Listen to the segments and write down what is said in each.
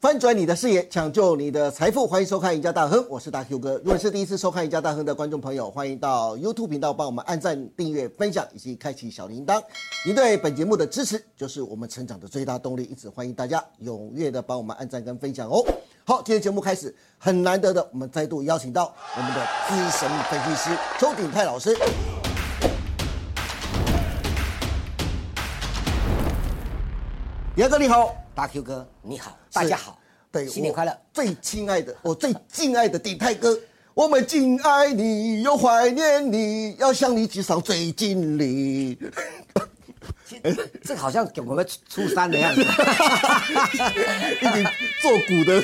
翻转你的视野，抢救你的财富，欢迎收看《赢家大亨》，我是大 Q 哥。如果是第一次收看《赢家大亨》的观众朋友，欢迎到 YouTube 频道帮我们按赞、订阅、分享以及开启小铃铛。您对本节目的支持就是我们成长的最大动力，因此欢迎大家踊跃的帮我们按赞跟分享哦。好，今天节目开始，很难得的，我们再度邀请到我们的资深分析师周鼎泰老师。杨哥你好。大 Q 哥，你好，大家好，对，新年快乐我！最亲爱的，我最敬爱的鼎泰哥，我们敬爱你又怀念你，要向你举上最敬礼。 其实这个好像我们初初三的 样子已经做古的，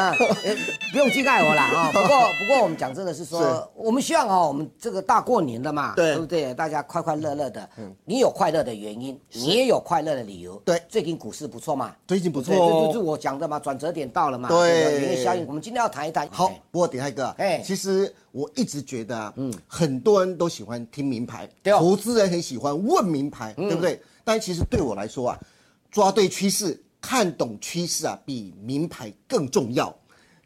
啊，呃不用敬爱我啦啊、不过不过我们讲真的是说，是我们希望哦，我们这个大过年的嘛，对嗯不对？大家快快乐乐的，你有快乐的原因，你也有快乐的理由。对最近股市不错嘛，最近不错对这哦就是我讲的嘛，转折点到了嘛，对不原因效应。我们今天要谈一谈。好哎，不过鼎泰哥啊，哎其实我一直觉得啊，嗯，很多人都喜欢听名牌，对哦嗯投资人很喜欢问名牌，对不对？但其实对我来说啊，抓对趋势、看懂趋势啊，比名牌更重要。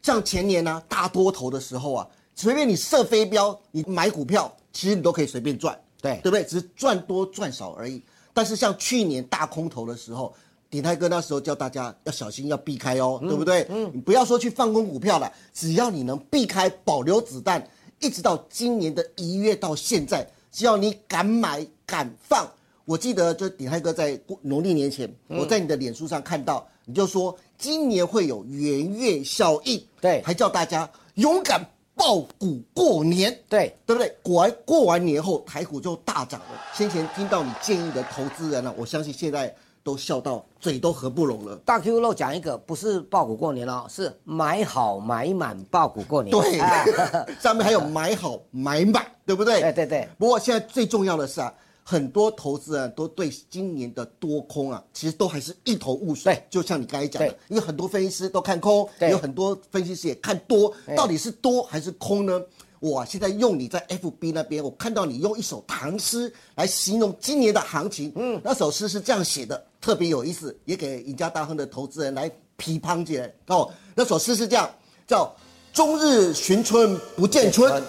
像前年呢、啊大多头的时候啊，随便你射飞镖，你买股票，其实你都可以随便赚，对对不对？只是赚多赚少而已。但是像去年大空头的时候，鼎泰哥那时候叫大家要小心，要避开哦，对不对？嗯，你不要说去放空股票了，只要你能避开，保留子弹，一直到今年的一月到现在，只要你敢买敢放，我记得就鼎泰哥在过农历年前，我在你的脸书上看到，你就说今年会有元月效应，对还叫大家勇敢爆股过年，对，对不对？果然过完年后，台股就大涨了。先前听到你建议的投资人呢、啊，我相信现在都笑到嘴都合不拢了。大 Q 肉讲一个，不是爆股过年哦，是买好买满爆股过年。对哎， 上面还有买好买满，对不对？对对对。不过现在最重要的是啊，很多投资人都对今年的多空啊，其实都还是一头雾水对。就像你刚才讲的对，因为很多分析师都看空，对有很多分析师也看多，对到底是多还是空呢？我啊现在用你在 FB 那边，我看到你用一首唐诗来形容今年的行情。嗯，那首诗是这样写的，特别有意思，也给赢家大亨的投资人来批判起来。哦，那首诗是这样，叫“终日寻春不见春，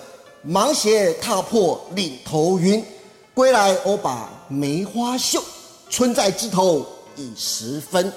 忙鞋踏破岭头云。归来我把梅花嗅，春在枝头已十分。”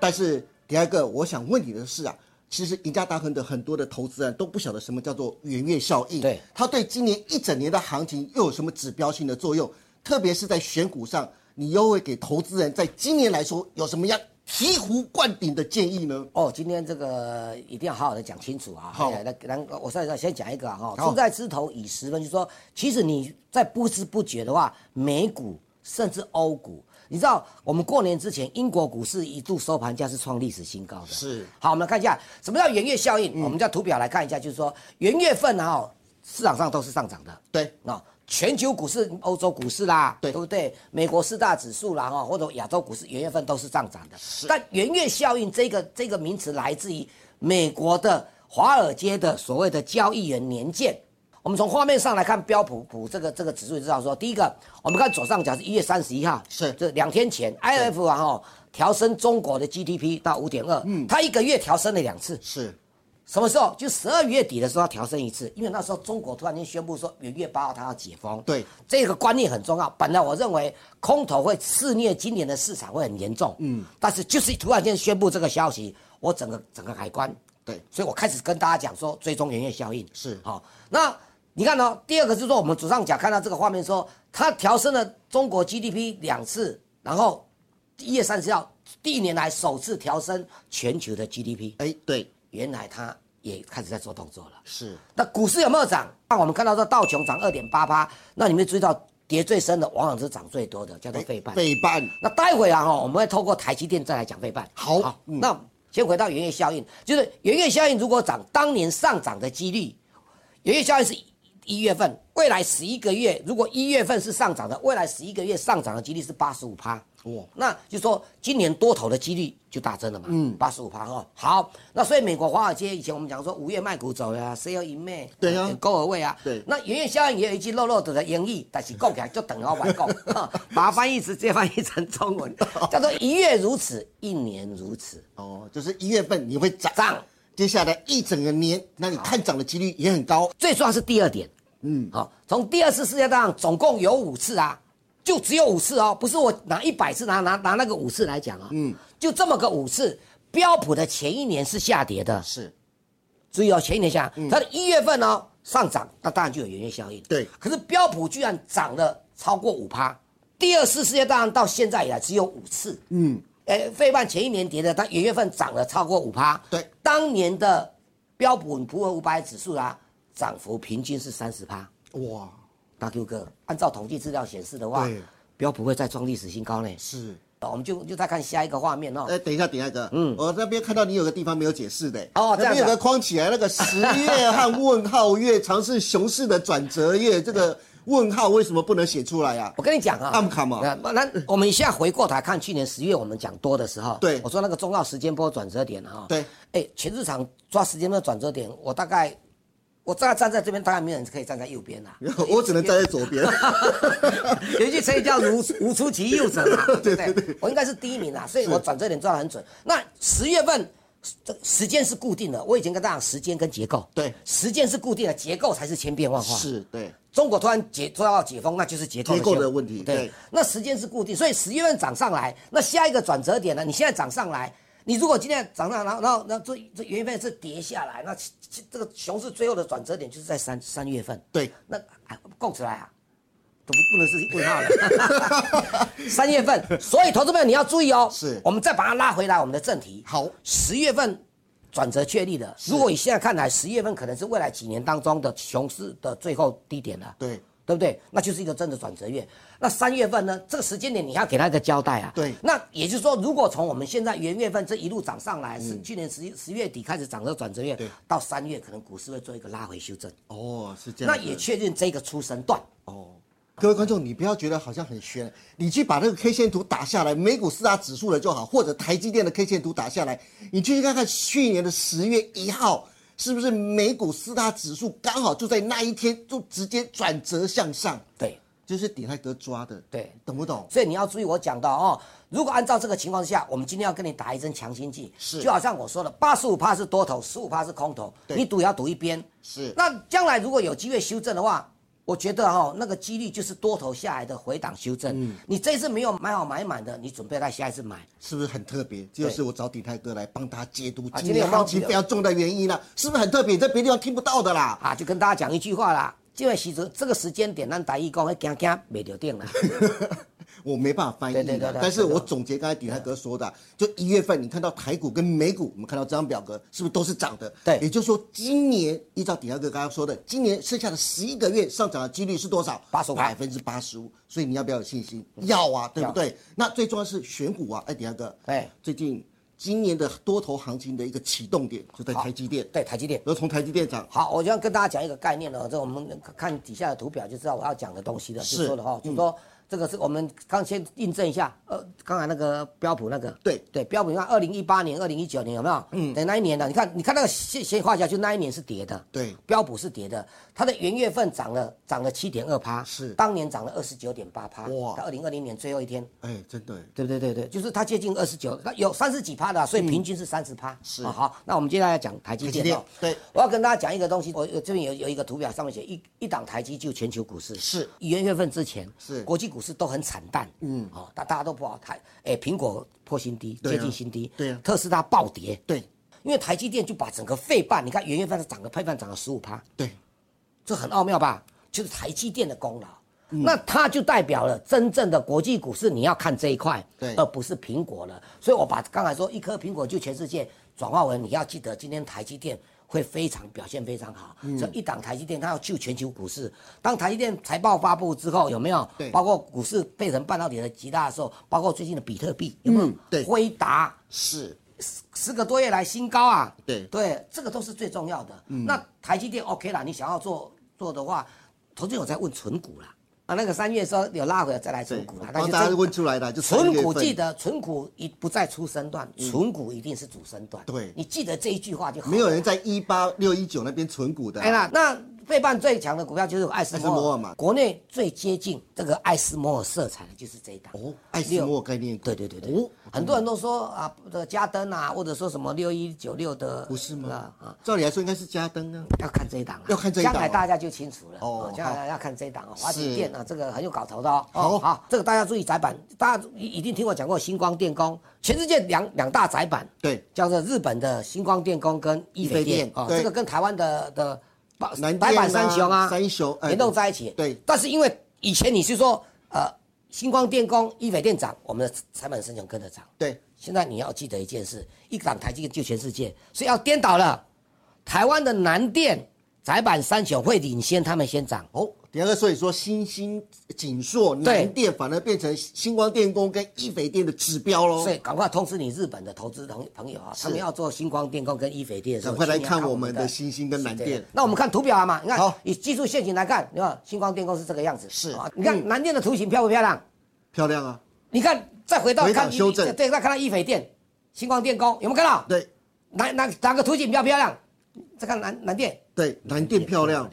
但是第二个，我想问你的是啊，其实赢家达恒的很多的投资人都不晓得什么叫做圆月效应，对，它对今年一整年的行情又有什么指标性的作用？特别是在选股上，你又会给投资人在今年来说有什么样醍醐灌顶的建议呢？哦，今天这个一定要好好的讲清楚啊。好哎来，来，我再先讲一个啊哈、好住在枝头已十分，就说其实你在不知不觉的话，美股甚至欧股，你知道我们过年之前，英国股市一度收盘价是创历史新高的。是嗯好，我们来看一下什么叫元月效应。我们叫图表来看一下，就是说元月份啊、哦，市场上都是上涨的。对，啊、全球股市、欧洲股市啦，对不对？美国四大指数啦，哈，啊或者亚洲股市元月份都是上涨的。但元月效应这个这个名词来自于美国的华尔街的所谓的交易员年鉴。我们从画面上来看标普普这个这个指数，就知道说，第一个，我们看左上角是一月三十一号，是这两天前 IF 啊哈调升中国的 GDP 到五点二，嗯，它一个月调升了两次，是什么时候？就十二月底的时候要调升一次，因为那时候中国突然间宣布说元月八号它要解封。对，这个观念很重要。本来我认为空头会肆虐今年的市场会很严重，嗯，但是就是突然间宣布这个消息，我整个整个海关，对，所以我开始跟大家讲说追踪元月效应是好、那你看哦，第二个就是说我们左上角看到这个画面说它调升了中国 GDP 两次，然后一月三十号历年来首次调升全球的 GDP。哎，对，原来它也开始在做动作了。是那股市有没有涨？那我们看到说道琼涨二点八八，那你们注意到跌最深的往往是涨最多的，叫做费半。背哎半那待会啊，哦我们会透过台积电再来讲费半。好嗯那先回到元月效应，就是元月效应如果涨，当年上涨的几率，元月效应是一月份，未来十一个月，如果一月份是上涨的，未来十一个月上涨的几率是八十五趴。哦，那就说今年多头的几率就大增了嘛，嗯，八十五趴哈。好，那所以美国华尔街以前我们讲说五月卖股走了啊，谁要赢妹？对啊呃高而位啊，对那圆月效应也有一句肉肉的英译，但是讲起来就等号玩讲，哈把它翻译直接翻译成中文，叫做一月如此，一年如此。哦，就是一月份你会涨，涨接下来一整个年，那你看涨的几率也很高。最重要是第二点，嗯，好、从第二次世界大战总共有五次啊，就只有五次哦，不是我拿一百次拿拿拿那个五次来讲啊、嗯，就这么个五次，标普的前一年是下跌的，是，注意哦，前一年下，它的一月份哦上涨，那当然就有元月效应，嗯对可是标普居然涨了超过五趴，第二次世界大战到现在以来只有五次，嗯，哎，费半前一年跌的，它元月份涨了超过五趴，对当年的标普普尔五百指数啊，涨幅平均是三十趴，哇，大 Q 哥，按照统计资料显示的话对，标普会再创历史新高呢。是。我们就就再看下一个画面哦。哎，等一下，等一下哥，嗯，我那边看到你有个地方没有解释的，哦这那样子啊边有个框起来，那个十月和问号月，常是熊市的转折月，这个问号为什么不能写出来呀、我跟你讲啊，暗砍嘛那那我们一下回过头来看去年十月我们讲多的时候，对我说那个中澳时间波转折点哈，对，哎，全市场抓时间波转折点，我大概我大概站在这边，大概没有人可以站在右边啦、啊 我只能站在左 边。有一句成语叫如“如出其右者”嘛， 对不对？我应该是第一名啦，所以我转折点抓得很准。那十月份这时间是固定的，我已经跟大家讲时间跟结构，对时间是固定的，结构才是千变万化。是，对，中国突然解做到解封，那就是结构结构的问题对对，那时间是固定，所以十月份涨上来，那下一个转折点呢？你现在涨上来，你如果今天涨上来，然后然后然后这这元月份是跌下来，那其其这个熊市最后的转折点就是在三三月份。对，那哎，供出来啊，都不不能是问号了。三月份，所以投资朋友你要注意哦。是我们再把它拉回来，我们的正题。好十月份转折确立了。如果你哎现在看来，十月份可能是未来几年当中的熊市的最后低点了。对。对不对？那就是一个真的转折月。那三月份呢？这个时间点你要给他一个交代啊。对那也就是说，如果从我们现在元月份这一路涨上来，是去年十十月底开始涨的转折月嗯对，到三月可能股市会做一个拉回修正。哦，是这样那子。也确认这个出生段。哦各位观众，你不要觉得好像很悬，你去把那个 K 线图打下来，美股四大指数的就好，或者台积电的 K 线图打下来，你去看看去年的十月一号，是不是美股四大指数刚好就在那一天就直接转折向上，对，就是鼎泰哥抓的，对，懂不懂？所以你要注意我讲到哦，如果按照这个情况下，我们今天要跟你打一针强心剂，是就好像我说的，八十五趴是多头，十五趴是空头，对你赌也要赌一边。是那将来如果有机会修正的话。我觉得哈、哦，那个几率就是多头下来的回档修正。嗯你这一次没有买好买满的，你准备在下一次买。是不是很特别？这就是我找鼎泰哥来帮他解读啊今今天年有没有行情非常重的原因了，是不是很特别？在别的地方听不到的啦。啊，就跟大家讲一句话啦，这个时阵这个时间点，咱台语讲，会惊惊没 着定啦。我没办法翻译对对对的，对但是对对我总结刚才底泰哥说的，就一月份你看到台股跟美股，我们看到这张表格是不是都是涨的？对也就是说今年依照底泰哥刚刚说的，今年剩下的十一个月上涨的几率是多少？ 85%百分之八十五。所以你要不要有信心？嗯要啊，对不对？那最重要是选股啊，哎，底泰哥，哎，最近今年的多头行情的一个启动点就在台积电，对，台积电。然后从台积电涨，好，我就要跟大家讲一个概念了，这我们看底下的图表就知道我要讲的东西了，是嗯就说了哈，就说这个是我们刚先印证一下，呃，刚才那个标普那个，对对，标普你看二零一八年、二零一九年有没有？嗯，对，那一年的，你看你看那个线线画下，就那一年是跌的，对标普是跌的，它的元月份涨了涨了七点二趴，是当年涨了二十九点八趴，哇到二零二零年最后一天，哎，真的，对对对对，就是它接近二十九，那有三十几趴的啊、所以平均是三十趴。嗯是啊好，那我们接下来讲台积台积电电哦。对，我要跟大家讲一个东西，我我这边有有一个图表，上面写一一档台积就全球股市是元月份之前是国际股市都很惨淡，嗯，哦，大大家都不好看，哎，苹果破新低，对啊接近新低，对啊特斯拉暴跌，对因为台积电就把整个费半，你看元月份它涨了，配半涨了十五趴，对，这很奥妙吧？就是台积电的功劳。嗯那它就代表了真正的国际股市，你要看这一块，对而不是苹果了。所以我把刚才说一颗苹果就全世界转化为，你要记得今天台积电会非常表现非常好。嗯所以一档台积电它要救全球股市。当台积电财报发布之后，有没有？对包括股市变成半导体的极大的时候，包括最近的比特币有没有？嗯对辉达是，十个多月来新高啊！对嗯对，这个都是最重要的。那台积电 OK 啦，你想要做做的话，投资者有在问存股啦，啊，那个三月的时候有拉回来再来存对，股我啦。那帮就大家真问出来的，就三存月股记份。嗯得，存股一不在出生段，存股一定是主升段。对你记得这一句话就好了。没有人在一八六一九那边存股的啊、哎啦，那费半最强的股票就是艾斯摩艾尔斯摩尔嘛国内最接近这个艾斯摩尔色彩的就是这一档。哦，艾斯摩尔概念股，对对对对，哦，很多人都说啊，这个嘉登啊，或者说什么六一九六的，不是吗啊？啊，照理来说应该是加登啊，要看这一档啊，要看这一档哦将来大家就清楚了。哦哦，将来要看这一档啊，华是景电啊，这个很有搞头的哦。好哦好，这个大家注意窄板，大家一一定听我讲过星光电工，全世界两两大窄板，对，叫做日本的星光电工跟易易飞飞电电啊，对这个跟台湾的的白南电啊白板三雄啊、三雄哎联动在一起。对但是因为以前你是说呃星光电工、易飞电涨，我们的财本三雄跟着涨。对，现在你要记得一件事，一港台积电就全世界，所以要颠倒了。台湾的南电、窄板三雄会领先，他们先涨。哦，第二个，所以说新兴、锦硕、南电反而变成星光电工跟易斐电的指标喽所。以赶快通知你日本的投资朋朋友啊，他们要做星光电工跟伊斐电的时候，赶快来请你要看我们的星星跟蓝对电，那我们看图表啊嘛，你看好，以技术陷阱来看，你看星光电工是这个样子，是啊你看嗯南电的图形漂不漂亮？漂亮啊！你看，再回到回档看伊修正对，再看到伊斐电、星光电工有没有看到？对哪哪哪个图形比较漂亮？再看南南电，对，蓝电漂亮，，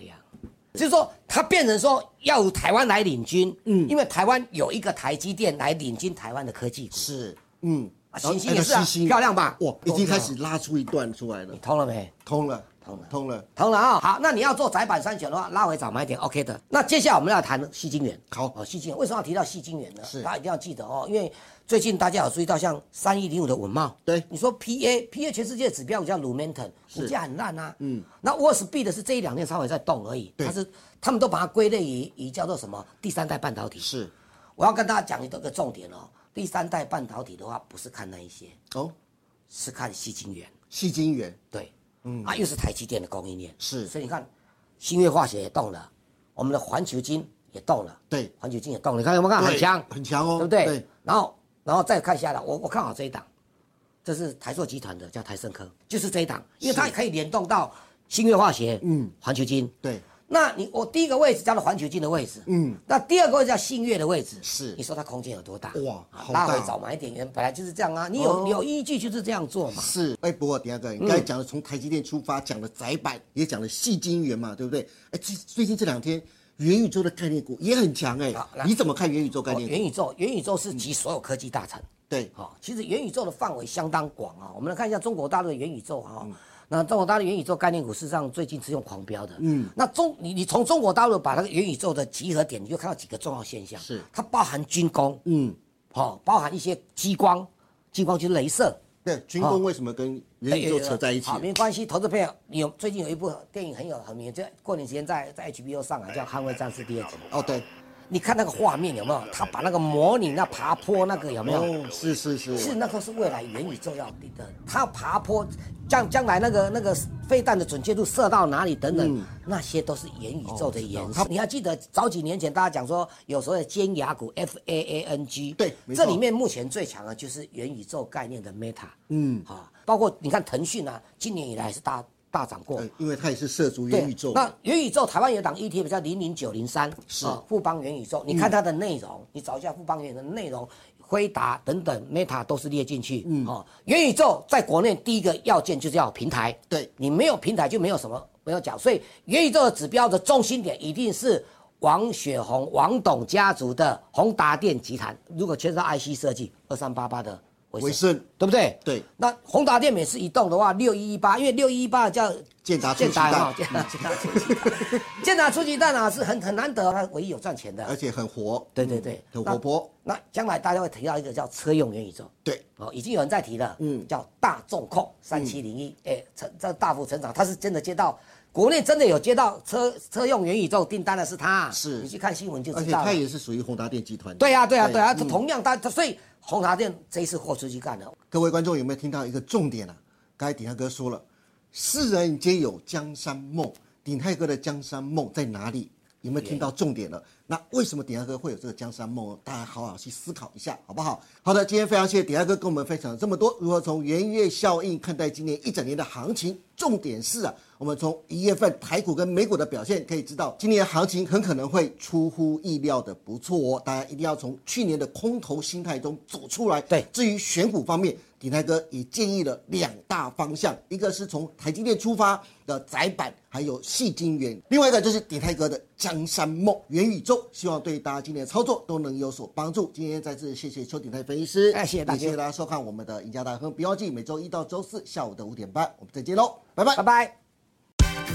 就是说它变成说要由台湾来领军，嗯，因为台湾有一个台积电来领军台湾的科技股，是，嗯，啊然后星星那个也是啊星星漂亮吧哇，已经开始拉出一段出来了你，通了没？啊通了，通了通了。通了啊、好，那你要做窄板三选的话，拉回早买点，OK 的。那接下来我们要谈细晶元。好哦，细晶元为什么要提到细晶元呢？是大家一定要记得哦，因为最近大家有注意到像三一零五的文茂，对你说 PA PA 全世界指标叫 Lumentum，股价很烂啊，嗯，那 OSB 的是这一两天稍微在动而已，对它是他们都把它归类于于叫做什么第三代半导体。是，我要跟大家讲一个重点哦，第三代半导体的话，不是看那一些，哦，是看细晶元。细晶圆对，嗯啊，又是台积电的供应链，是所以你看，新月化学也动了，我们的环球金也动了，对环球金也动了，你看有没有看很对强，啊很强哦对不对？对然后，然后再看下来，我我看好这一档，这是台塑集团的，叫台盛科，就是这一档，因为它也可以联动到新月化学，嗯，环球金，对。那你我第一个位置叫做环球金的位置，嗯，那第二个位置叫信越的位置，是你说它空间有多大？哇啊好拉大哦回早买点，原本来就是这样啊，你有、你有依据就是嗯这样做嘛。是，哎，不过第二个，你刚才讲的从台积电出发，讲的窄板，也讲了细晶圆嘛，对不对？哎，最最近这两天元宇宙的概念股也很强哎好，来你怎么看元宇宙概哦念股？嗯元宇宙，元宇宙是集所有科技大成。对，好、其实元宇宙的范围相当广啊、我们来看一下中国大陆的元宇宙啊、嗯那中国大陆元宇宙概念股，事实上最近是用狂飙的。嗯，那中你你从中国大陆把那个元宇宙的集合点，你就看到几个重要现象。是它包含军工，嗯，好、包含一些激光，激光就是镭射，对，军工为什么跟元宇宙扯在一起哎好，？没关系。投资朋友，你有最近有一部电影很有很名，就过年时间在在 HBO 上啊，叫《捍卫战士》第二集。哦，对，你看那个画面有没有？他把那个模拟那爬坡那个有没有？哦，是是是，是那个是未来元宇宙要的，它要爬坡，将将来那个那个飞弹的准确度射到哪里等嗯等，那些都是元宇宙的延哦伸。你要记得早几年前大家讲说有所谓的尖牙股 F A A N G，对没错这里面目前最强的就是元宇宙概念的 Meta，嗯，啊，包括你看腾讯啊，今年以来是大大涨过，对，呃因为它也是涉足对，元宇宙。那元宇宙台湾有档 ETF 叫零零九零三，是富邦元宇宙。嗯你看它的内容，你找一下富邦元宇宙的内容，辉达等等 Meta 都是列进去。嗯，哦，元宇宙在国内第一个要件就是要有平台。对你没有平台就没有什么没有讲，所以元宇宙的指标的中心点一定是。王雪红、王董家族的宏达电集团，如果牵涉到 IC 设计，二三八八的维维盛，盛对不对？对那宏达电每次一动的话，六一一八，因为六一一八叫健达出建奇蛋达建达建达出奇蛋，建达出奇蛋啊是很很难得，它唯一有赚钱而的。且很活，嗯对对对，呃很活泼。那。那将来大家会提到一个叫车用元宇宙，对，哦，已经有人在提了，嗯，叫大众控嗯三七零一，哎，成这大幅成长，它是真的接到国内真的有接到车车用元宇宙订单的是它，是你去看新闻就而知且道它了。也是嗯属于宏达电集团的。对啊呀对呀对呀，同样它它所以宏达电这一次豁出去干了，各位观众有没有听到一个重点啊？刚才鼎泰哥说了，世人皆有江山梦，鼎泰哥的江山梦在哪里？有没有听到重点了？那为什么鼎泰哥会有这个江山梦呢？大家好好去思考一下，好不好？好的，今天非常谢谢鼎泰哥跟我们分享了这么多，如何从元月效应看待今年一整年的行情。重点是啊，我们从一月份台股跟美股的表现可以知道，今年行情很可能会出乎意料的不错哦。大家一定要从去年的空头心态中走出来。对至于选股方面，鼎泰哥也建议了两大方向，一个是从台积电出发的窄板，还有细晶圆；另外一个就是鼎泰哥的江山梦元宇宙，希望对大家今年的操作都能有所帮助。今天再次谢谢邱鼎泰分析师，哎谢谢大家也谢谢大家收看我们的赢家大亨，不要忘记每周一到周四下午的五点半，我们再见喽，拜拜拜。拜。